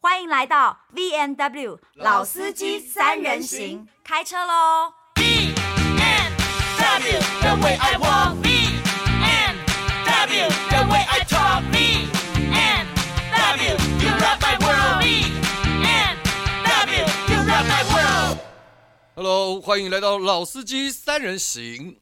欢迎来到 V N W 老司机三人行，开车喽！ BMW, the way I walk. BMW, the way I talk. BMW, you rock my world. BMW, you rock my world. Hello，欢迎来到老司机三人行，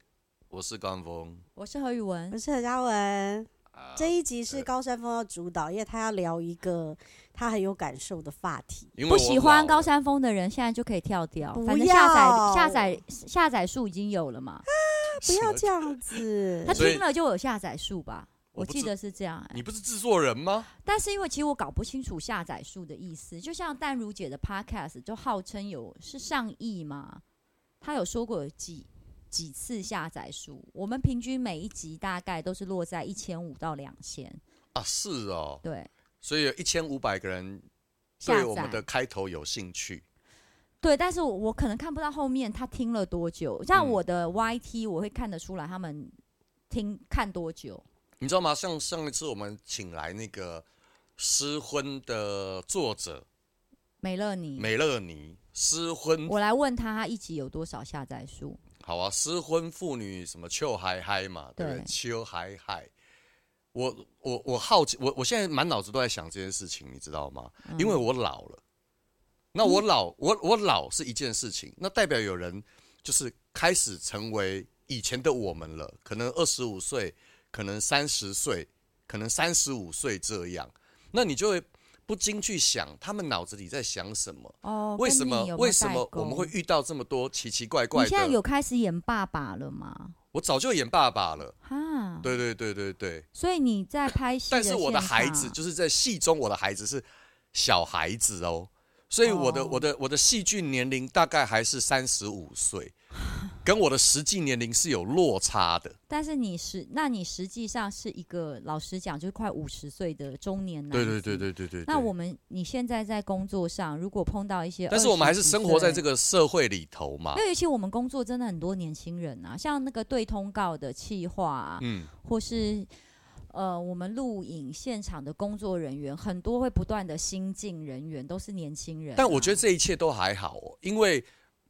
我是甘峰。我是何宇文我，是何嘉文。啊这一集是对高山峰要主导，因为他要聊一个他很有感受的话题。因为不我喜老欢了高，山峰的人现在就可以跳掉，不反正下载要下载下载数已经有了嘛，不要这样子 他，所以听了就有下载数吧。我我不记知得是这样、哎你不是制作人吗？但是因为其实我搞不清楚下载数的意思，就像淡如姐的 podcast 就号称有是上亿嘛，她有说过有几几次下载数，我们平均每一集大概都是落在一千五到两千，啊，是哦，对，所以有一千五百个人下对我们的载开头有兴趣。对，但是我我可能看不到后面他听了多久，像嗯我的 YT 我会看得出来他们听看多久，你知道吗？像上一次我们请来那个《失婚》的作者美乐你，美乐妮，《失婚》嗯我来问他他一集有多少下载数，好啊，失婚妇女什么秋嗨嗨嘛，对不对？对秋嗨嗨，我我我好奇，我我现在满脑子都在想这件事情，你知道吗？嗯因为我老了，那我老我我老是一件事情，那代表有人就是开始成为以前的我们了，可能二十五岁，可能三十岁，可能三十五岁这样，那你就会不禁去想他们脑子里在想什么。哦，为跟什你么有没有为什代么我们沟会遇到这么多奇奇怪怪你的？现在有开始演爸爸了吗？我早就演爸爸了，哈，，对对对对对。所以你在拍戏，但是我的孩子就是在戏中，我的孩子是小孩子哦，所以我的、哦我的我的戏剧年龄大概还是三十五岁，跟我的实际年龄是有落差的。但是你实，那你实际上是一个老实讲，就是快五十岁的中年男，对对对。对对对。那我们你现在在工作上，如果碰到一些，但是我们还是生活在这个。个社会里头嘛因。为尤其我们工作真的很多年轻人啊，像那个对通告的企划、啊，嗯，或是呃我们录影现场的工作人员，很多会不断的新进人员都是年轻人啊、但我觉得这一切都还好哦，因为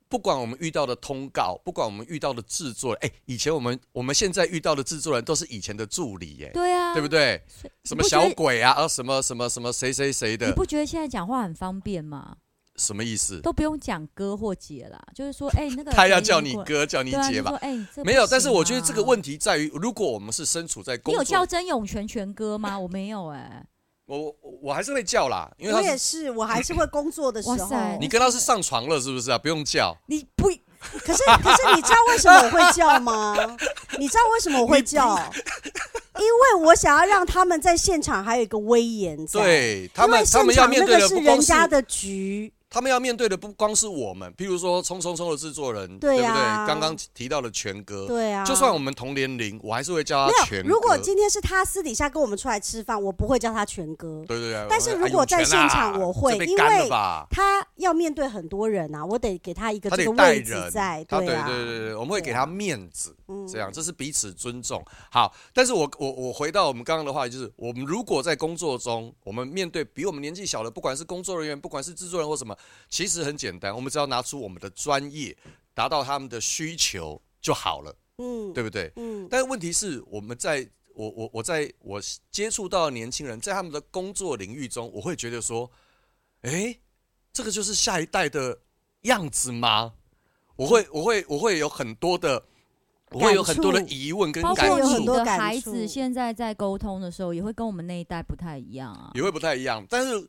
不管我们遇到的通告，不管我们遇到的制作人，哎，以前我们我们现在遇到的制作人都是以前的助理耶，对啊，对不对？所以什你么不觉得小鬼啊，啊什么什么什么谁谁谁你的，不觉得现在讲话很方便吗？什么意思？都不用讲哥或姐啦，就是说，哎、那个 他要谁叫如你果，哥叫你对啊，姐就说吧？哎、这没不有，但是行我觉得这个啊问题在于，如果我们是身处在你工有叫作，真勇全全哥吗？我没有哎、我我我还是会叫啦，因为我他也是是，我还是会工作的时哇塞候。你跟他是上床了，是不是啊？不用叫，你不， 可是可是你知道为什么我会叫吗？ 你知道为什么我会叫？因为我想要让他们在现场还有一个威严在。，对他们，他现们要场那面对个的是不人光是家的局，他们要面对的不光是我们，譬如说《冲冲冲》的制作人，对不啊对？刚刚提到的全哥，对啊。呃就算我们同年龄，我还是会叫他没全有，哥。如果今天是他私底下跟我们出来吃饭，我不会叫他全哥。对对对，但是我会如哎果涌泉在现场啊我会这被因干了为吧他要面对很多人啊，我得给他一个他这得个带位置人，在，他啊，对对对，我们会给他面子，嗯这样这是彼此尊重。好，但是我我我回到我们刚刚的话，就是我们如果在工作中，我们面对比我们年纪小的，不管是工作人员，不管是制作人或什么，其实很简单，我们只要拿出我们的专业，达到他们的需求就好了，嗯对不对？嗯，但问题是，我们在我我我在我接触到的年轻人，在他们的工作领域中，我会觉得说，诶，这个就是下一代的样子吗？我会我会我会有很多的，我会有很多的疑问跟包感括有你很触，多的感孩子触现在在沟通的时候，也会跟我们那一代不太一样啊。也会不太一样。但是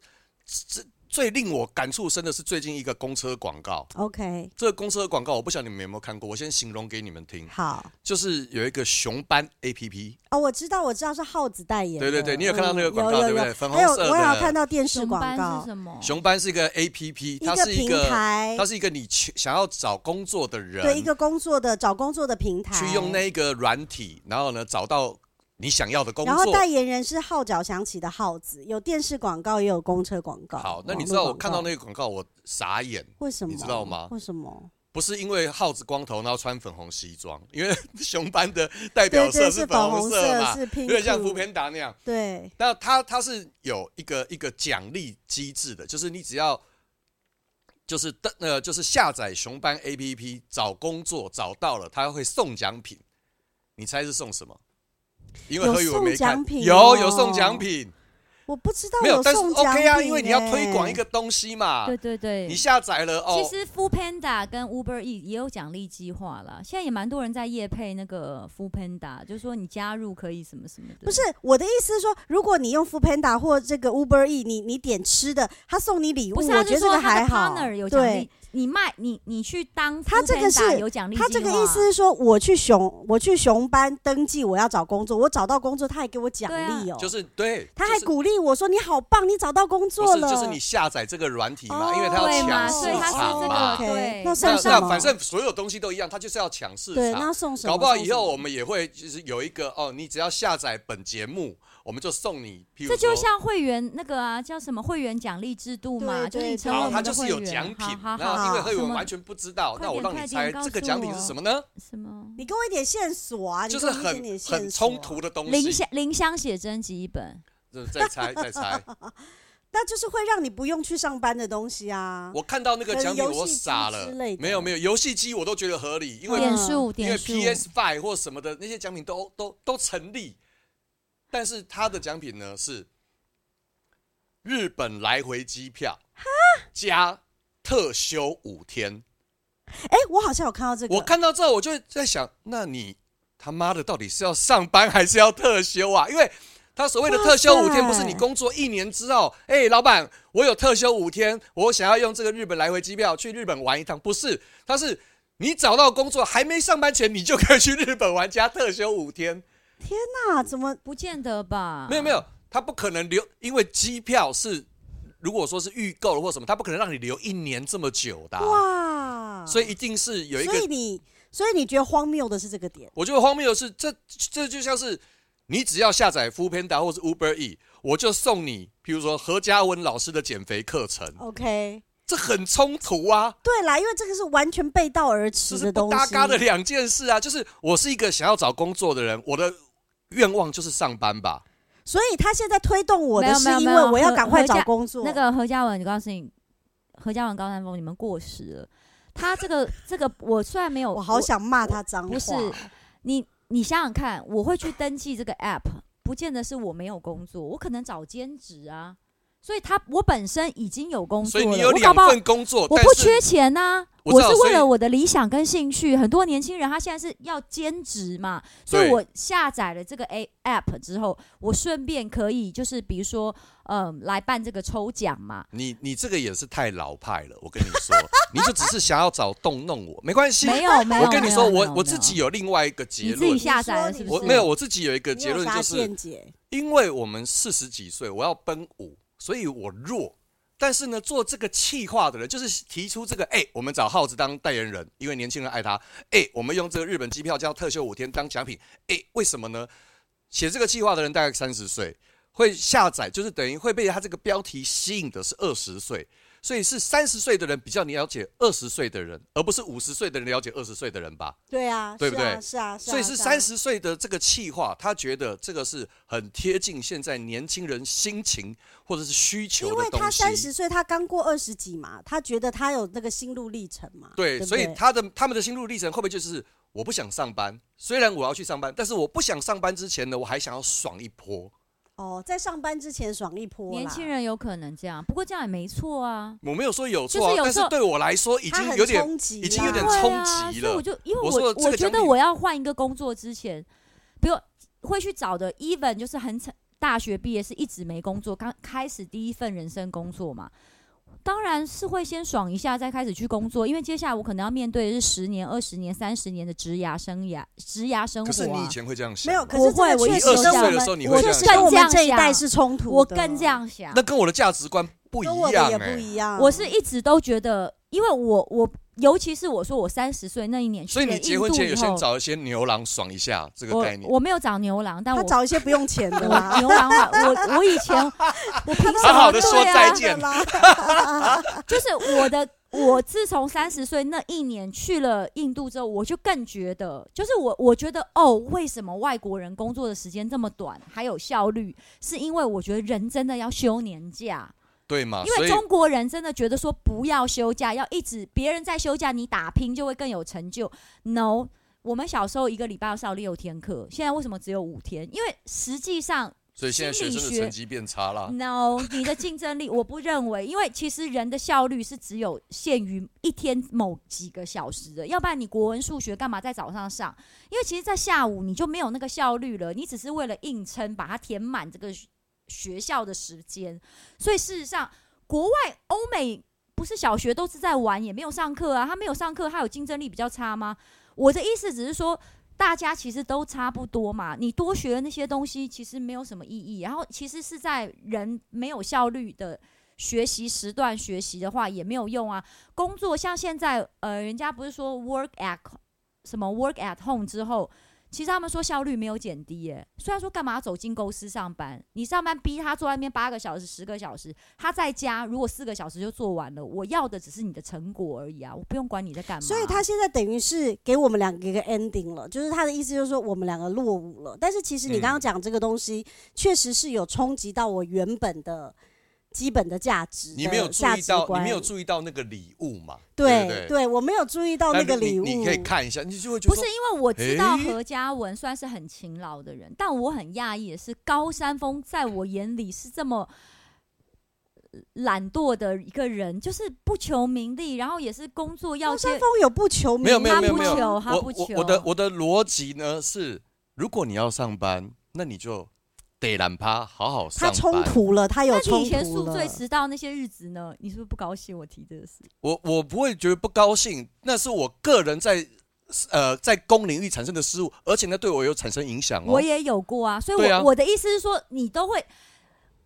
这最令我感触深的是最近一个公车广告， OK，这个公车广告我不晓得你们有没有看过，我先形容给你们听，好。就是有一个熊班 A P P，哦，我知道，我知道是耗子代言的。对对对你有看到那个嗯广有告对不有对粉有红还有色我有的看到电视熊广班告是，什么？熊班是一个 A P P，它哦个是一平个台它，是一个你去想要找工作的人，对一个工作的找工作的平台，去用那一个软体，然后呢找到你想要的工然后作。代言人是号角响起的耗子，有电视广告，也有公车广告。好，那网你络知道我广看到告那个广告我傻眼，为什么？你知道吗为什么？不不是因为耗子光头，然后穿粉红西装，因为 熊班的代对表对，色是粉粉红色嘛，是拼，有点像福片达那样。对，那他他是有一个一个奖励机制的，就是你只要就是登呃就是下载熊班 A P P 找工作找到了，他会送奖品。你猜是送什么？因为有何宇我送没看奖，品哦有有送奖品，我不知道没有，但是送奖 OK 啊，品因为你要欸推广一个东西嘛，对对对，你下载了哦，其实 Food Panda 跟 Uber E 也有奖励计划啦，现在也蛮多人在业配那个 Food Panda，就是说你加入可以什么什么的。不是我的意思是说，如果你用 Food Panda 或这个 Uber E，你你点吃的，他送你礼物，不是，我他觉是得这个说他还的好 partner。有奖对励，，你卖你你去当他这个 Foodpanda 是有奖励计他划，这个意思是说，我去熊我去熊班登记，我要找工作，我找到工作，他还给我奖对啊励哦，就是对，他就还是鼓励我说你好棒，你找到工不作是了，就是你下载这个软体嘛，哦因为他要对嘛，抢所市以他是场这嘛个 OK，对那。那送什那么？反正所有东西都一样，它就是要抢市对，场那。送什么？搞不好送以什后么我们也会就是有一个哦，你只要下载本节目，我们就送你，譬如这就说像会员那个啊，叫什么会员奖励制度嘛，对就是对你成为对我好，们它的就是会有员奖品。好好然后好，因为黑什文么完全不知道，快那我点让快你点猜告这个诉奖品是我什么呢？什么你给我一点线索啊，你就给是我一点很点线很索冲突的东林西香。林香写真集一本，呃再猜 再猜，那就是会让你不用去上班的东西啊。我看到那个奖可品能游我戏机傻之了类，的没有没有，游戏机我都觉得合理，因为嗯点数因为点数 PS Five 或什么的那些奖品都都都成立，但是它的奖品呢是日本来回机票加特休五天。哎、我好像有看到这个，我看到之后，我就在想，那你他妈的到底是要上班还是要特休啊？因为他所谓的特休五啊天，哇不塞是你工作一年之后，哎、老板，我有特休五天，我想要用这个日本来回机票去日本玩一趟，不是，他是你找到工作还没上班前，你就可以去日本玩加特休五天，那啊怎么不见得吧？没有没有，他不可能留，因为机票是如果说是预购了或什么，他不可能让你留一年这么久的啊、哇？所以一定是有一个所以你所以你觉得荒谬的是这个点？我觉得荒谬的是，这这就像是你只要下载 Food Panda 或是 Uber E，我就送你，譬如说何嘉文老师的减肥课程，哦 OK，这很冲突啊，对啦，因为这个是完全背道而这驰是的不东搭西。嘎的两件事啊。就是我是一个想要找工作的人，我的愿望就是上班吧。所以他现在推动我没的有是没有因没为有我要何赶快何找家工作。那个何嘉文，我告诉你，何嘉文、高山峰，你们过时了。他这个这个，我虽然没有， 我好想骂他脏话。不是你，你想想看，我会去登记这个 app，不见得是我没有工作，我可能找兼职啊。所以他，我本身已经有工所作以了，你有我搞两不好份工作，我但不是缺钱呐、我我知道是所以为了我的理想跟兴趣。很多年轻人他现在是要兼职嘛，所以对我下载了这个 A app 之后，我顺便可以就是比如说，嗯、来办这个抽奖嘛。你你这个也是太老派了，我跟你说，你就只是想要找动弄我，没关系。没有没有，我跟你没有说，没有我没我有自己有另外一个你结自己论，下载了是不我是？没有，我自己有一个你结有论啥就是，见解因为我们四十几岁，我要奔五，所以我弱。但是呢，做这个企划的人，就是提出这个，哎、我们找耗子当代言人，因为年轻人爱他。哎、我们用这个日本机票叫特休五天当奖品。哎、为什么呢？写这个企划的人大概三十岁，会下载，就是等于会被他这个标题吸引的是二十岁，所以是三十岁的人比较了解二十岁的人，而不是五十岁的人了解二十岁的人吧？对啊，对不是啊对是啊，啊所以是啊三十岁的这个气化，他觉得这个是很贴近现在年轻人心情或者是需求因的为他东三西。十岁，他刚过二十几嘛，他觉得他有那个心路历程嘛。对，不所以他的他们的心路历程会不会就是我不想上班？虽然我要去上班，但是我不想上班之前呢，我还想要爽一波。哦，在上班之前爽一波啦，年轻人有可能这样，不过这样也没错啊。我没有说有错、啊，就是有时但是候对我来说已他经很有点冲击啦，已经有点对冲啊，击所以了我就因为我我说的我这个觉奖得品我要换一个工作之前，比如会去找的，even 就是很惨大学毕业是一直没工作，刚开始第一份人生工作嘛。当然是会先爽一下，再开始去工作，因为接下来我可能要面对的是十年、二十年、三十年的职涯生涯、职涯生活、可啊。是你以前会这样想没有，吗，可是不会这个我确一实20跟岁我的时候们你会确这实样跟我想们这一代更这样想是冲突的，我更这样想，那跟我的价值观不一跟我样的也哎、不一样。我是一直都觉得，因为我我尤其是我说我三十岁那一年去所了以印度以你后，结婚前有先找一些牛郎爽一下这个概念我，。我没有找牛郎，但他我找一些不用钱的我啦，牛郎啊，我 我以前我凭什好么好对地说啊再见啦。就是我的我自从三十岁那一年去了印度之后，我就更觉得，就是我我觉得哦，为什么外国人工作的时间这么短，还有效率，是因为我觉得人真的要休年假，对嘛？因所为以中国人真的觉得说不要休假，要一直别人在休假，你打拼就会更有成就。No，我们小时候一个礼拜要上六天课，现在为什么只有五天？因为实际上所以现在学生心的理学成绩变差啦。 No，你的竞争力，我不认为，因为其实人的效率是只有限于一天某几个小时的，要不然你国文、数学干嘛在早上上？因为其实，在下午你就没有那个效率了，你只是为了硬撑把它填满这个学学校的时间。所以事实上，国外欧美不是小学都是在玩，也没有上课啊，他没有上课，他有竞争力比较差吗？我的意思只是说，大家其实都差不多嘛，你多学了那些东西其实没有什么意义，然后其实是在人没有效率的学习时段学习的话也没有用啊。工作像现在呃，人家不是说 work at 什么 work at home 之后，其实他们说效率没有减低耶。虽然说干嘛要走进公司上班，你上班逼他坐在那边八个小时、十个小时，他在家如果四个小时就做完了，我要的只是你的成果而已啊，我不用管你在干嘛。所以他现在等于是给我们两个一个 ending 了，就是他的意思就是说我们两个落伍了。但是其实你刚刚讲这个东西，确实是有冲击到我原本的基本的价值的你没有注价意值到，你观没有注意到那个礼物嘛？对对不对对，我没有注意到那但个如礼物，你你可以看一下，你就会觉不得是说因为我知道诶何嘉文算是很勤劳的人，但我很讶异的是，高山峰在我眼里是这么呃懒惰的一个人，就是不求名利，然后也是工作要高接山峰有不求名没有没有他没有没有不，求，他不我求我。我的我的逻辑呢是，如果你要上班，那你就得懒趴，好好上他冲班。突了，他有那你冲以前突宿醉了。迟到那些日子呢？你是不是不高兴？我提这个事，我我不会觉得不高兴，那是我个人在呃在公领域产生的失误，而且呢对我有产生影响哦。我也有过啊。所以我，对我、啊的意思是说，你都会，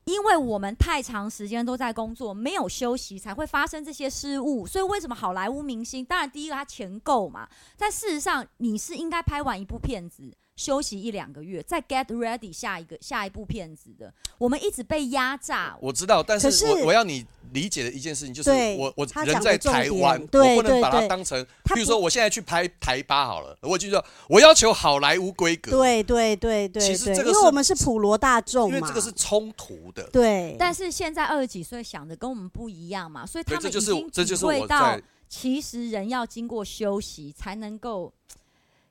因为我们太长时间都在工作，没有休息，才会发生这些失误。所以，为什么好莱坞明星？当然，第一个他钱够嘛，但事实上，你是应该拍完一部片子。休息一两个月，再 get ready 下一个下一部片子的。我们一直被压榨，我知道，但是可是我我要你理解的一件事情就是对我，我他讲人的在重台点湾，对我不能对把它对当成，他比如不说我现在去拍台八好了，我就说我要求好莱坞规格，，对对对对其实对，这因个为是我们是普罗大众因为嘛，这个是冲突的，对，但是现在二十几岁想的跟我们不一样嘛，所以他对，们这已就经是这就是体会我到在，其实人要经过休息才能够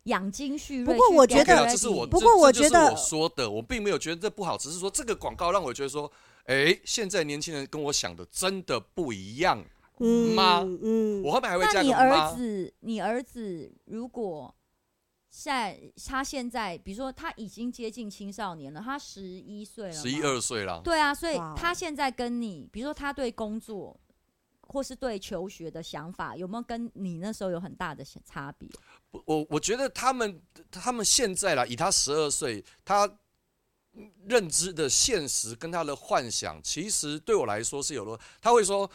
养精蓄锐。不过我觉得 OK 啦这是我，不这过这我就是觉得我说的，我并没有觉得这不好，只是说这个广告让我觉得说，哎、现在年轻人跟我想的真的不一样。嗯妈嗯，我后面还会那加一你个儿妈，子，你儿子如果在他现在，比如说他已经接近青少年了，他十一岁了，十一。二岁啦，对啊，所以哇哦他现在跟你，比如说他对工作或是对求学的想法，有没有跟你那时候有很大的差别？我我我觉得他们他们现在啦，以他十二岁，他认知的现实跟他的幻想，其实对我来说是有了。他会说：“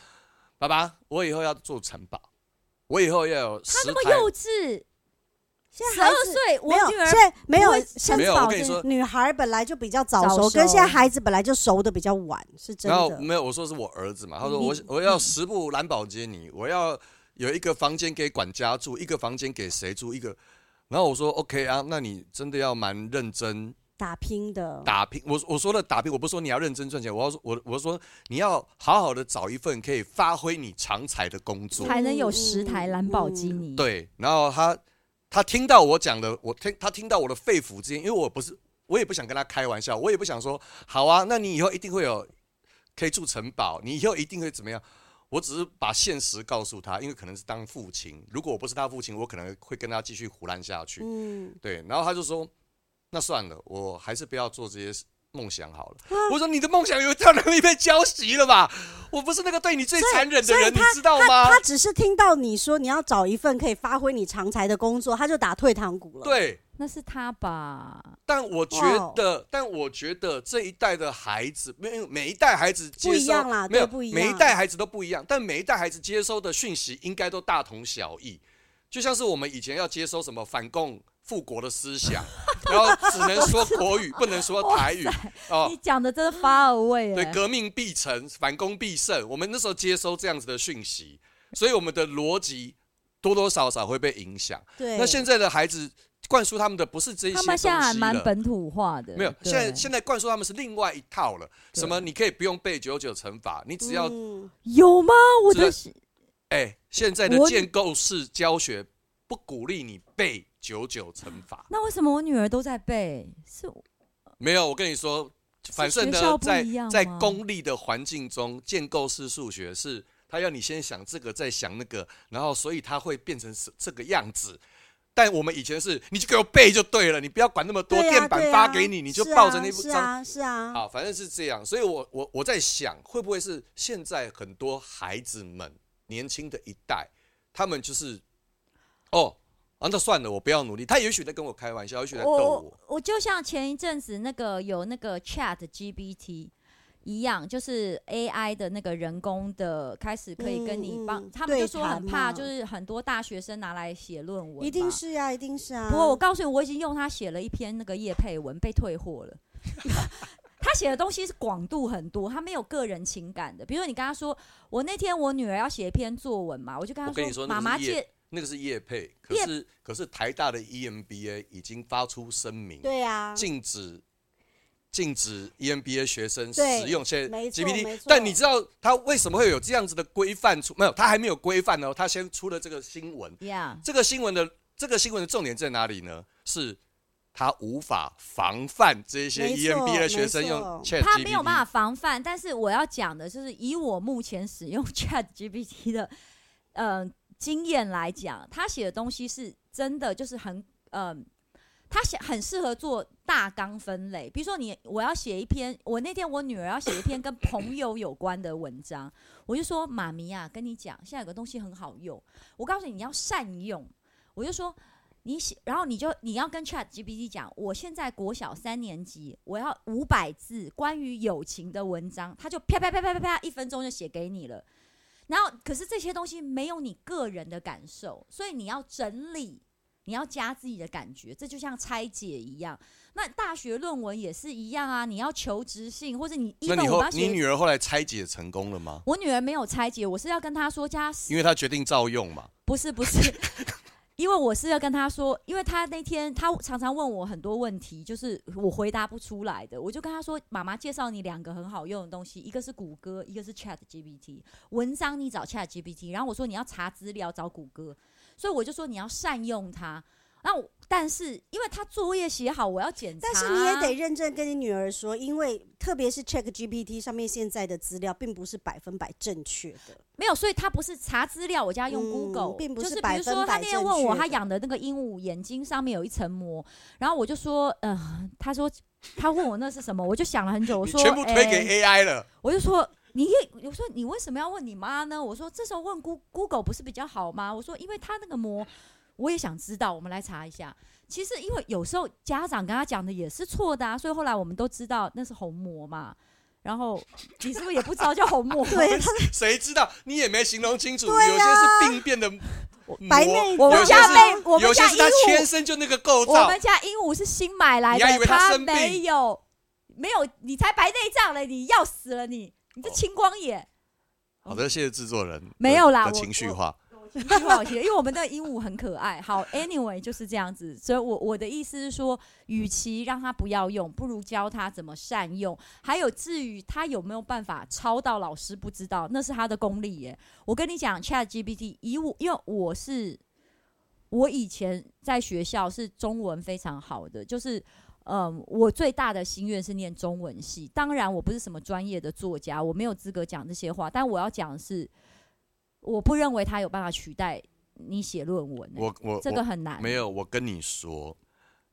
爸爸，我以后要做城堡，我以后要有他十那么台。幼稚，现在十孩二子岁，我没有，女儿现在没有不会生没有宝我跟你是说女孩本来就比较早早熟，跟熟现在孩子本来就熟的比较晚，是”真然后的。没有，我说是我儿子嘛。他说你我：“嗯我要十部蓝宝坚尼，我要有一个房间给管家住，一个房间给谁住，一个。”然后我说：“OK 啊，那你真的要蛮认真打拼的，打拼，我我说的打拼，我不是说你要认真赚钱，我要说，我我说你要好好的找一份可以发挥你长才的工作。才能有十台兰博基尼。，对，然后他他听到我讲的，我听他听到我的肺腑之言，因为我不是我也不想跟他开玩笑，我也不想说好啊，那你以后一定会有可以住城堡，你以后一定会怎么样。我只是把现实告诉他，因为可能是当父亲，如果我不是他父亲，我可能会跟他继续胡乱下去。嗯，对，然后他就说：“那算了，我还是不要做这些梦想好了。啊我说：“你的梦想有太容易被浇熄了吧？我不是那个对你最残忍的所以人，你他知道吗他他只是听到你说你要找一份可以发挥你长才的工作，他就打退堂鼓？”了。，对，那是他吧？但我哦觉得，但我觉得这一代的孩子，没有每一代孩子接收不一样啦没有啊对不一样每一代孩子都不一样，但每一代孩子接收的讯息应该都大同小异。就像是我们以前要接收什么反共复国的 思想，然后只能说国语，不能说台语哦你。讲的真的发而未对，哎。革命必成，反攻必胜。我们那时候接收这样子的讯息，所以我们的逻辑多多少少会被影响。对，那现在的孩子灌输他们的不是这些他东西们现在还蛮了本土化的，没有，对现在现在灌输他们是另外一套了。对什么？你可以不用背九九乘法，你只要嗯有吗？我的哎、现在的我建构式教学不鼓励你背九九乘法。那为什么我女儿都在背？是没有，我跟你说，反正学校呢，不在一样吗在公立的环境中，建构式数学是他要你先想这个，再想那个，然后所以他会变成是这个样子。但我们以前是，你就给我背就对了，你不要管那么多，对呀电板对发呀给你，你就是抱着啊那是张啊是啊，好，反正是这样，所以我我我在想，会不会是现在很多孩子们年轻的一代，他们就是，哦，啊，那算了，我不要努力。他也许在跟我开玩笑，也许在逗我。我我就像前一阵子那个有那个 Chat GPT 一样，就是 AI 的那个人工的开始可以跟你嗯帮，嗯他们就对说很谈怕，嘛就是很多大学生拿来写论文，一定。是啊，一定是啊。不过我告诉你，我已经用它写了一篇那个叶佩文，被退货了。 他写的东西是广度很多，他没有个人情感的。比如说，你跟他说，我那天我女儿要写一篇作文嘛，我就跟他我跟你说，说那妈个妈是叶借那个是叶配，可业是可是台大的 E EMBA 已经发出声明，对啊，禁止禁止 E EMBA 学生对使用现在没错没 GPT 错。但你知道他为什么会有这样子的规范出？没有，他还没有规范哦，他先出了这个新闻。呀，这个新闻的这个新闻的重点在哪里呢？是他无法防范这些 E 没错 EMBA 的学生用没错 Chat，他没有办法 GPT 防范。但是我要讲的就是，以我目前使用 Chat GPT 的嗯、呃经验来讲，他写的东西是真的就是很嗯。他写很适合做大纲分类，比如说你我要写一篇，我那天我女儿要写一篇跟朋友有关的文章，我就说妈咪呀、啊，跟你讲，现在有个东西很好用，我告诉你你要善用，我就说你写，然后你就你要跟 Chat GPT 讲，我现在国小三年级，我要五百字关于友情的文章，他就啪啪啪啪啪啪，一分钟就写给你了。然后，可是这些东西没有你个人的感受，所以你要整理，你要加自己的感觉，这就像拆解一样。那大学论文也是一样啊，你要求职信或者你，那你 even 我后要你写，女儿后来拆解成功了吗？我女儿没有拆解，我是要跟她说加因为她决定照用嘛。不是不 是，因为我是要跟他说，因为他那天他常常问我很多问题，就是我回答不出来的，我就跟他说：“妈妈介绍你两个很好用的东西，一个是谷歌，一个是 Chat GPT。文章你找 Chat GPT，然后我说你要查资料找谷歌，所以我就说你要善用它。那我但是因为他作业写好，我要检查啊，但是你也得认真跟你女儿说，因为特别是 Check GPT 上面现在的资料并不是百分百正确的。没有，所以他不是查资料，我家用嗯 Google，、并不就是比如说百分百他那天问正确我，的他养的那个鹦鹉眼睛上面有一层膜，然后我就说，呃，他说他问我那是什么，我就想了很久，我你说全部推哎给 AI 了，我就说你也，我说你为什么要问你妈呢？我说这时候问 Goo- Google 不是比较好吗？我说因为他那个膜，我也想知道，我们来查一下。其实因为有时候家长跟他讲的也是错的啊，所以后来我们都知道那是虹膜嘛。然后你是不是也不知道叫虹膜？ 对，啊她谁知道？你也没形容清楚。对有些呀是病变的膜，白内我有们些家是被我们有些家是他鹦鹉天生就那个构我造们。家鹦鹉是新买来你还以的，为它生病没有，没有，你才白内障嘞，你要死了你，你这哦青光眼。好的，谢谢制作人的。没有啦我的情绪化。你不好 听，因为我们的鹦鹉很可爱。好，anyway 就是这样子，所以我我的意思是说，与其让他不要用，不如教他怎么善用。还有至于他有没有办法抄到老师不知道，那是他的功力耶。我跟你讲，Chat GPT，以我因为我是我以前在学校是中文非常好的，就是。嗯，我最大的心愿是念中文系。当然，我不是什么专业的作家，我没有资格讲这些话。但我要讲的是，我不认为他有办法取代你写论文欸、我我这我个很难。没有，我跟你说，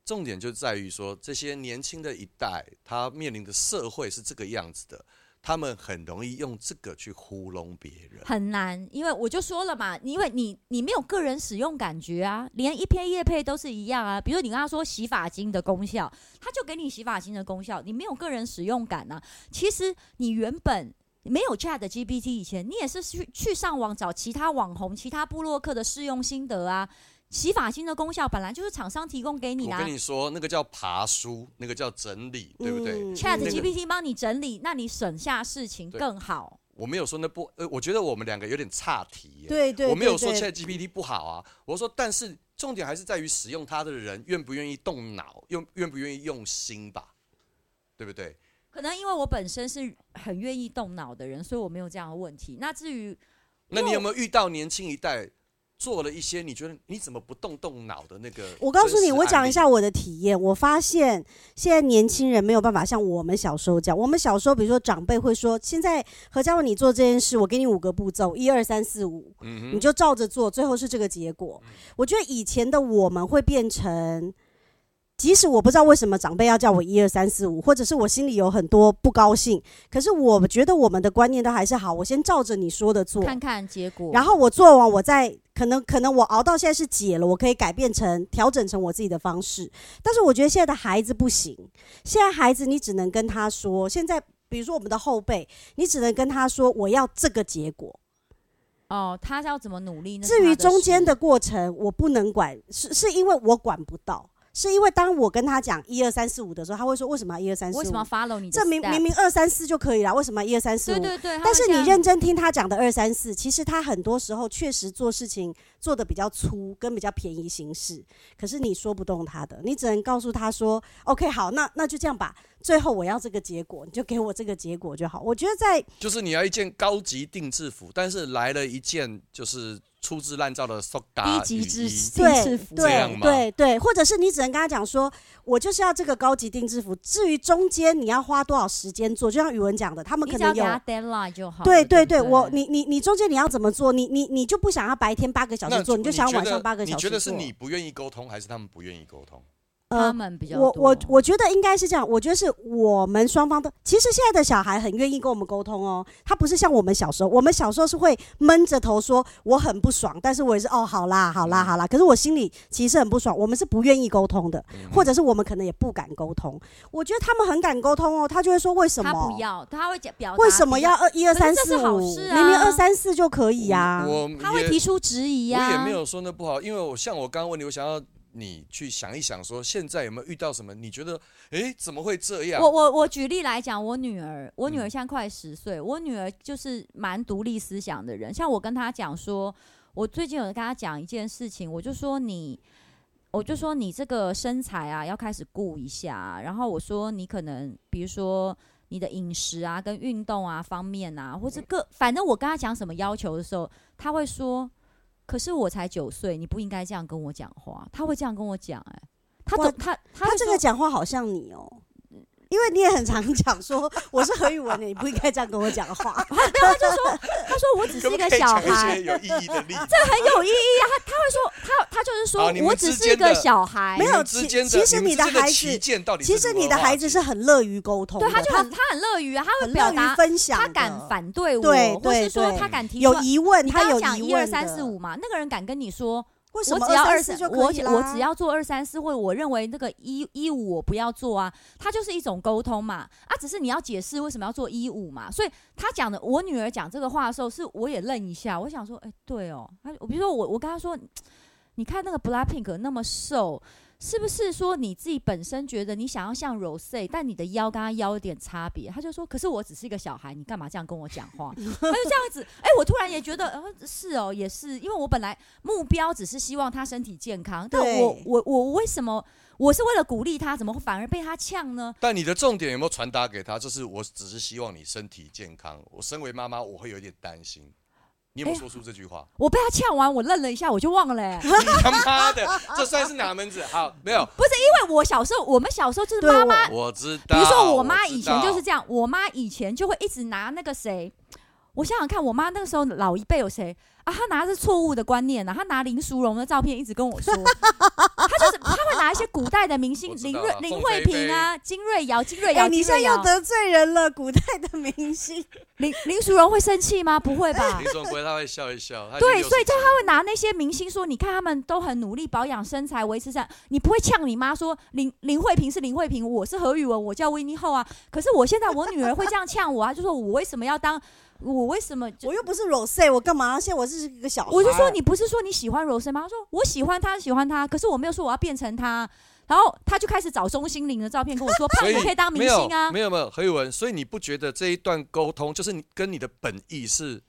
重点就在于说，这些年轻的一代，他面临的社会是这个样子的，他们很容易用这个去糊弄别人。很难，因为我就说了嘛，因为你你没有个人使用感觉啊，连一篇叶配都是一样啊。比如你跟他说洗发精的功效，他就给你洗发精的功效，你没有个人使用感啊。其实你原本没有 Chat GPT 以前，你也是去去上网找其他网红、其他部落客的试用心得啊。洗发精的功效本来就是厂商提供给你啊我啦、跟你说，那个叫爬书，那个叫整理，对不对？嗯 Chat 那个 GPT 帮你整理，那你省下事情对更好。我没有说那不，呃，我觉得我们两个有点差题耶。对对，我没有说对对 Chat GPT 不好啊，我说，但是重点还是在于使用它的人愿不愿意动脑，用愿不愿意用心吧，对不对？可能因为我本身是很愿意动脑的人，所以我没有这样的问题。那至于那你因为有没有遇到年轻一代做了一些你觉得你怎么不动动脑的那个？我告诉你，我讲一，下我的体验。我发现现在年轻人没有办法像我们小时候讲。我们小时候，比如说长辈会说：“现在何嘉文，你做这件事，我给你五个步骤，一二三四五，嗯你哼，就照着做，最后是这个结果。”我觉得以前的我们会变成，即使我不知道为什么长辈要叫我一二三四五，或者是我心里有很多不高兴，可是我觉得我们的观念都还是好，我先照着你说的做，看看结果，然后我做完，我再可能可能我熬到现在是解了，我可以改变成调整成我自己的方式。但是我觉得现在的孩子不行，现在孩子你只能跟他说，现在比如说我们的后辈，你只能跟他说我要这个结果。哦，他要怎么努力？那是至于他中间事的过程，我不能管，是是因为我管不到，是因为当我跟他讲一二三四五的时候，他会说为什么一二三四五？为什么要 follow 你的 step？这明明明二三四就可以了，为什么一二三四对五？对对，他但们是这样你认真听他讲的二三四，其实他很多时候确实做事情做的比较粗，跟比较便宜行事。可是你说不动他的，你只能告诉他说：“OK，好，那那就这样吧。最后我要这个结果，你就给我这个结果就好。”我觉得在就是你要一件高级定制服，但是来了一件就是粗制滥造的 s o g a 低级制服对服这样对吗对对，或者是你只能跟他讲说：“我就是要这个高级定制服。”至于中间你要花多少时间做，就像宇文讲的，他们你可只要能给有他 deadline 就好了。对对对不对，对，我你你你中间你要怎么做？你你你就不想要白天八个小时做，你就想要晚上八个小时做。你觉得是你不愿意沟通，还是他们不愿意沟通？他呃，们比较我我多我觉得应该是这样，我觉得是我们双方都，其实现在的小孩很愿意跟我们沟通哦，他不是像我们小时候，我们小时候是会闷着头说我很不爽，但是我也是哦好啦好啦嗯好啦，可是我心里其实很不爽，我们是不愿意沟通的，嗯或者是我们可能也不敢沟通。我觉得他们很敢沟通哦，他就会说为什么他不要，他会讲表达为什么比较要二一二可三是这四是好五，事啊明明二三四就可以啊呀、我他会也提出质疑呀、我也没有说那不好，因为我像我刚刚问你，我想要你去想一想，说现在有没有遇到什么？你觉得，诶，怎么会这样？我我我举例来讲，我女儿，我女儿嗯现在快十岁，我女儿就是蛮独立思想的人。像我跟她讲说，我最近有跟她讲一件事情，我就说你，我就说你这个身材啊，要开始顾一下啊、然后我说你可能，比如说你的饮食啊、跟运动啊方面啊，或是嗯各，反正我跟她讲什么要求的时候，她会说，可是我才九岁，你不应该这样跟我讲话。她会这样跟我讲、哎，她哇总她她他会这说个讲话好像你哦、因为你也很常讲说我是何宇文的，你不应该这样跟我讲话。他说我只可是不一可个以小讲一孩些，有意义的例 子？很有意义啊。他他会说他他就是好说哦你们我只之是一间的个小孩，没有你们之间的，其其实你你的们之间孩子旗舰到底是其实你的孩子是很乐于沟通的，对，他就很他很乐于啊，他很会乐表于达，分享的，他敢反对对我，或是对说对他敢提出有。疑问，你他刚有刚疑讲问一二三四的，五嘛，那个人敢跟你说，为什我么只要二四四，就我可以只啦？我只要做二三四，或者我认为那个一一五我不要做啊，他就是一种沟通嘛，啊，只是你要解释为什么要做一五嘛，所以他讲的，我女儿讲这个话的时候，是我也愣一下，我想说，哎、对哦，他我比如说我我跟他说，你看那个 Blackpink 那么瘦，是不是说你自己本身觉得你想要像 Rose，但你的腰跟她腰有点差别？他就说，可是我只是一个小孩，你干嘛这样跟我讲话？ 他就这样子，哎、我突然也觉得，呃，是哦，也是，因为我本来目标只是希望她身体健康，但我对我我为什么我是为了鼓励她，怎么会反而被她呛呢？但你的重点有没有传达给他？就是我只是希望你身体健康。我身为妈妈，我会有点担心。你有没有哎说出这句话？ 我被她呛完，我愣了一下，我就忘了、 欸，因你他妈的，这算是哪门子？好，没有，为我小时候，我们小时候就是对妈我妈我知比道。如说我妈知以前就是道这样，我妈以前就会一直拿那个谁，我想想看，我妈那个时候老一辈有谁啊？她拿着错误的观念啊，她拿林淑荣的照片一直跟我说，她就是她会拿一些古代的明星我，知林道啊瑞、林凤飞慧萍啊、金瑞瑶、金瑞哎，瑶、你金现在瑞又瑶，得罪人了，古代的明星。林林淑荣会生气吗？不会 吧林。总归他会笑一笑。他已经对，所以60就他会拿那些明星说，你看他们都很努力保养身材，维持身材，你不会呛你妈说林林慧萍是林慧萍，我是何宇文，我叫 w i n n 后啊。可是我现在我女儿会这样呛我啊，就说我为什么要当，我为什么就我又不是 Rose，我干嘛？现在我是一个小孩。我就说你不是说你喜欢 Rose 吗？她说我喜欢她，喜欢她，可是我没有说我要变成她。然后他就开始找钟心凌的照片跟我说，所胖以你可以当明没有星啊。没有没有，何宇文，所以你不觉得这一段沟通就是你跟你的本意是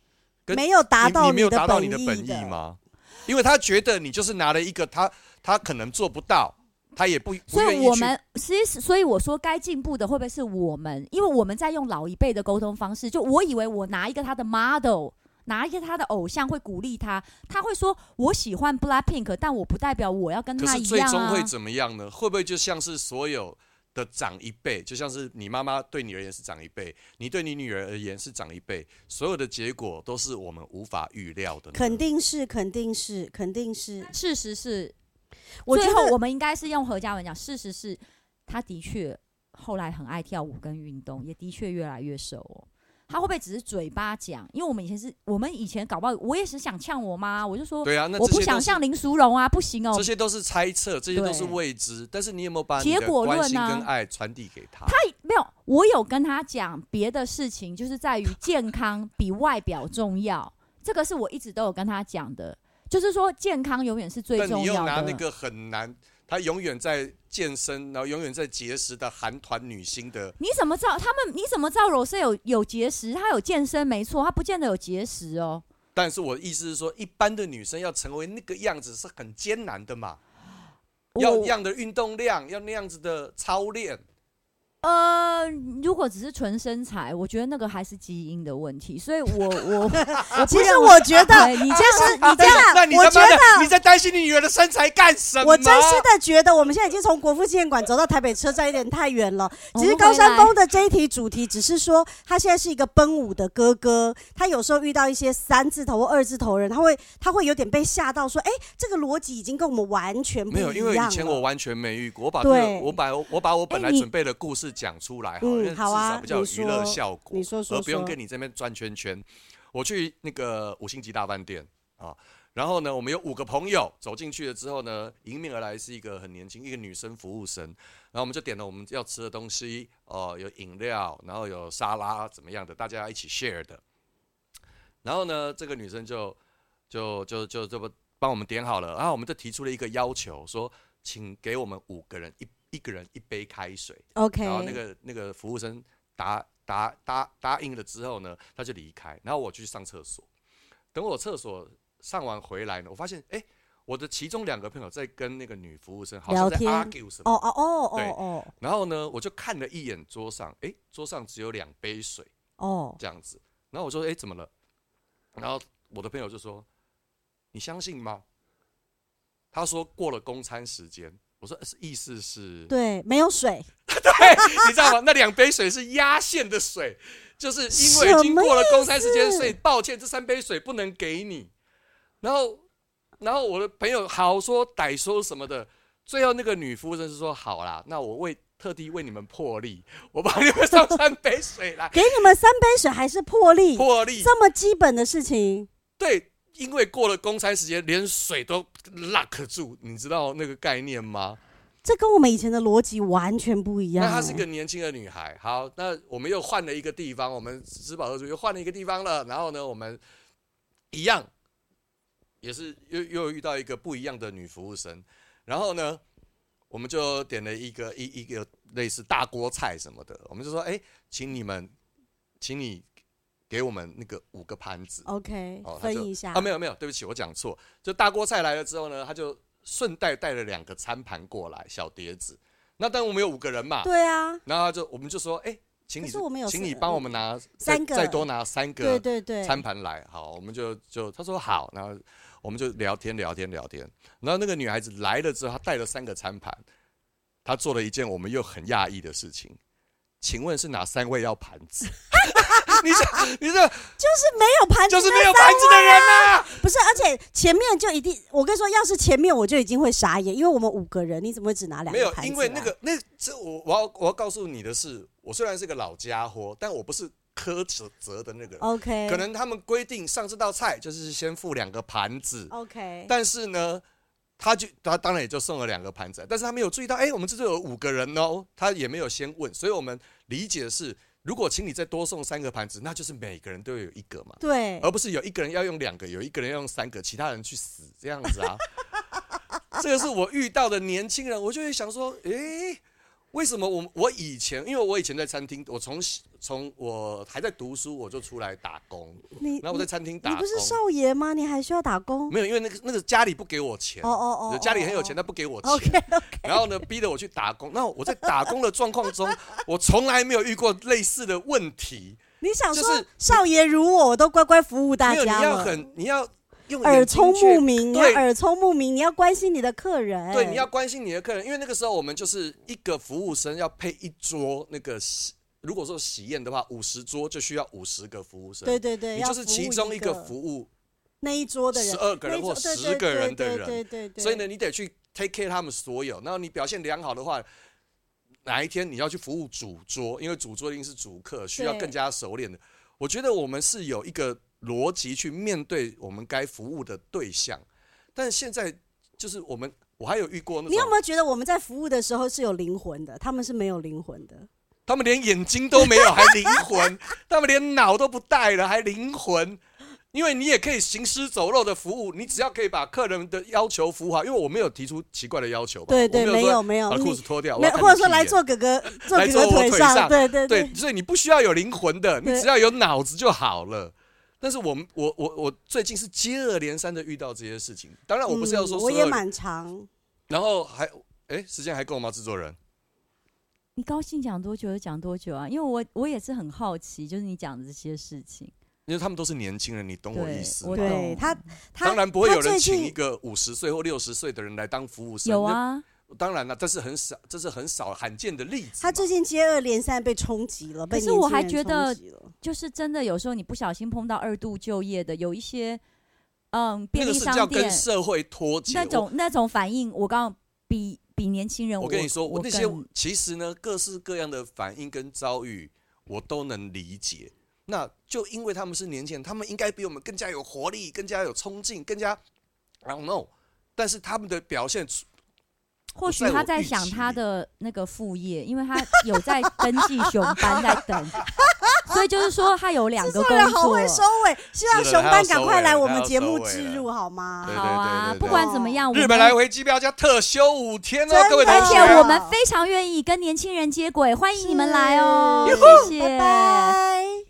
跟没有达你到你没有达到意你的本的意？吗？因为他觉得你就是拿了一个他他可能做不到，他也不不所愿以意我去们其实，所以我说该进步的会不会是我们？因为我们在用老一辈的沟通方式，就我以为我拿一个他的 model，拿一个他的偶像会鼓励他，他会说我喜欢 Blackpink，但我不代表我要跟可他是一最样终啊会。怎么样呢？会不会就像是所有的长一辈，就像是你妈妈对你而言是长一辈，你对你女儿而言是长一辈，所有的结果都是我们无法预料的呢。肯定是，肯定是，肯定是。事实是，我觉最后得我们应该是用何嘉文讲，事实是他的确后来很爱跳舞跟运动，也的确越来越瘦哦。他会不会只是嘴巴讲？因为我们以前是我们以前搞不好，我也是想呛我妈，我就说对啊，那我这不些都想是像林淑荣啊，不行哦这。些都是猜测，这些都是对未知。但是你有没有把你结的果关论心啊跟爱传递给他？没有，我有跟他讲别的事情，就是在于健康比外表重要，这个是我一直都有跟他讲的，就是说健康永远是最但重你又要拿的。那个很难，他永远在健身，然后永远在节食的韩团女星的。你怎么知道他们？你怎么知道 Rose 有有节食？她有健身没错，她不见得有节食哦。但是我的意思是说，一般的女生要成为那个样子是很艰难的嘛，要我那样的运动量，要那样子的操练。呃，如果只是纯身材，我觉得那个还是基因的问题，所以我 我啊其实我觉得，对你这样你这样，那你我他觉妈的得，你在担心你女儿的身材干什么？我真心的觉得，我们现在已经从国父纪念馆走到台北车站有点太远了。我们其实回高来山峰的这一题主题只是说，他现在是一个奔五的哥哥，他有时候遇到一些三字头或二字头的人，他会他会有点被吓到，说：“哎，这个逻辑已经跟我们完全不没一有，样因为以前了我完全没遇过，我把这个对我把我把我本来哎你准备的故事讲出来，好了，嗯因为至好啊少比较有娱乐效果，你说你说说而不用说跟你这边转圈圈。我去那个五星级大饭店啊，然后呢，我们有五个朋友走进去了之后呢，迎面而来是一个很年轻一个女生服务生，然后我们就点了我们要吃的东西，哦、有饮料，然后有沙拉怎么样的，大家一起 share 的。然后呢，这个女生就就就就这么帮我们点好了，然后啊我们就提出了一个要求，说请给我们五个人一一个人一杯开水。 OK，然后那个那个服务生答答答答应了之后呢，他就离开，然后我去上厕所。等我厕所上完回来呢，我发现哎、诶我的其中两个朋友在跟那个女服务生好像聊在天 argue 什么。哦哦哦对哦然后呢，我就看了一眼桌上，哎、桌上只有两杯水。哦这样子。然后我说：“哎、怎么了？”然后我的朋友就说：“你相信吗？”他说：“过了公餐时间。”我说：“呃是意思是哦，对，没有水，对，你知道吗？那两杯水是压线的水，就是因为已经过了公餐时什么意间，思，所以抱歉，这三杯水不能给你。”然后，然后我的朋友好说歹说什么的，最后那个女服务生是说：“好啦，那我为特地为你们破例，我帮你们上三杯水来 给你们三杯水还是破例，破例。”这么基本的事情，对，因为过了公差时间，连水都 lock 住，你知道那个概念吗？这跟我们以前的逻辑完全不一样、那她是哎个年轻的女孩。好，那我们又换了一个地方，我们吃饱喝足又换了一个地方了。然后呢，我们一样也是又又遇到一个不一样的女服务生。然后呢，我们就点了一个一一个类似大锅菜什么的，我们就说：“哎，请你们，请你给我们那个五个盘子。” OK，、哦他就分一下啊，没有没有，对不起，我讲错。就大锅菜来了之后呢，他就顺带带了两个餐盘过来，小碟子。那但我们有五个人嘛，对啊，然后他就我们就说，哎、请你可是我们有请四你个帮我们拿再三个再多拿三对个对对，餐盘来。好，我们就就他说好，然后我们就聊天聊天聊天。然后那个女孩子来了之后，她带了三个餐盘，她做了一件我们又很讶异的事情。请问是哪三位要盘子？ 你这你这就是没有盘子，就是没有盘子的人啊呐、不是，而且前面就一定，我跟你说，要是前面我就已经会傻眼，因为我们五个人，你怎么会只拿两没有个盘，子、啊？因为那个那这我我要我要告诉你的是，我虽然是个老家伙，但我不是苛责的那个人。 OK，可能他们规定上这道菜就是先付两个盘子，哦 OK，但是呢，他就他当然也就送了两个盘子，但是他没有注意到，哎、我们这桌有五个人哦，他也没有先问，所以我们理解是，如果请你再多送三个盘子，那就是每个人都有一个嘛。对而不是有一个人要用两个，有一个人要用三个，其他人去死这样子啊。这个是我遇到的年轻人，我就会想说，诶、为什么我我以前，因为我以前在餐厅，我从从我还在读书，我就出来打工，你然后我在餐厅打你工。不是少爷吗？你还需要打工？没有，因为那个那个家里不给我钱，哦哦哦家里很有钱，哦但不给我 OK 钱。 然后呢，逼得我去打工。那我在打工的状况中，我从来没有遇过类似的问题。哦你想说、就是少爷如我，我都乖乖服务大没有，你家要了。很，你要用耳眼睛聪去目明，你要对耳聪目明，你要关心你的客人。对，你要关心你的客人，因为那个时候我们就是一个服务生要配一桌那个喜，如果说喜宴的话，五十桌就需要五十个服务生。对对对，你要就是服务其中一一个服务，那一桌的人， 12个人那一桌或对10个人的对人对对对对。所以呢，，你得去 take care 他们所有。然后你表现良好的话，哪一天你要去服务主桌，因为主桌一定是主客，需要对更加熟练的。我觉得我们是有一个逻辑去面对我们该服务的对象，但现在就是我们，我还有遇过那你有种没，有觉得我们在服务的时候是有灵魂的？他们是没有灵魂的。他们连眼睛都没有，还灵魂， 他们连脑都不带了，还灵魂。因为你也可以行尸走肉的服务，你只要可以把客人的要求服务好，因为我没有提出奇怪的要求吧，对对我没说有没有把你裤子脱掉，我没要有，看或者你说屁来眼坐哥 哥，坐来哥坐哥我腿上，上对对对，所以你不需要有灵魂的，你对只要有脑子就好了。但是我们我我我最近是接二连三的遇到这些事情，当然我不是要嗯说所我也有，蛮长，然后还哎时间还够吗？制作人，你高兴讲多久就讲多久啊，因为我我也是很好奇，就是你讲的这些事情。因为他们都是年轻人，你懂我对意思我吗？懂对他他当然不会他有人最请近一个五十岁或六十岁的人来当服务生，有啊，那，当然了，这是很少，这是很少罕见的例子嘛。他最近接二连三被冲击了，被可是年我轻还人觉冲得击了就是真的有时候你不小心碰到二度就业的，有一些嗯那便个利是叫商店跟社会脱节，那我种那种反应，我刚刚比比年轻人我跟你说，我我那些更其实呢，各式各样的反应跟遭遇，我都能理解。那就因为他们是年轻人，他们应该比我们更加有活力、更加有冲劲、更加 I don't know。但是他们的表现，或许在他我在预想期他里的那个副业，因为他有在登 记熊班在等，所以就是说他有两制个作工人好作会。收尾，希望是的熊他班要赶收快尾来了我他们要节收目尾置了入好吗对？好啊，对对对对不管怎么样，我日们本来回机票加特休五天哦，各位真同而的且学。我们非常愿意跟年轻人接轨，欢迎你们来哦，是谢谢。拜拜。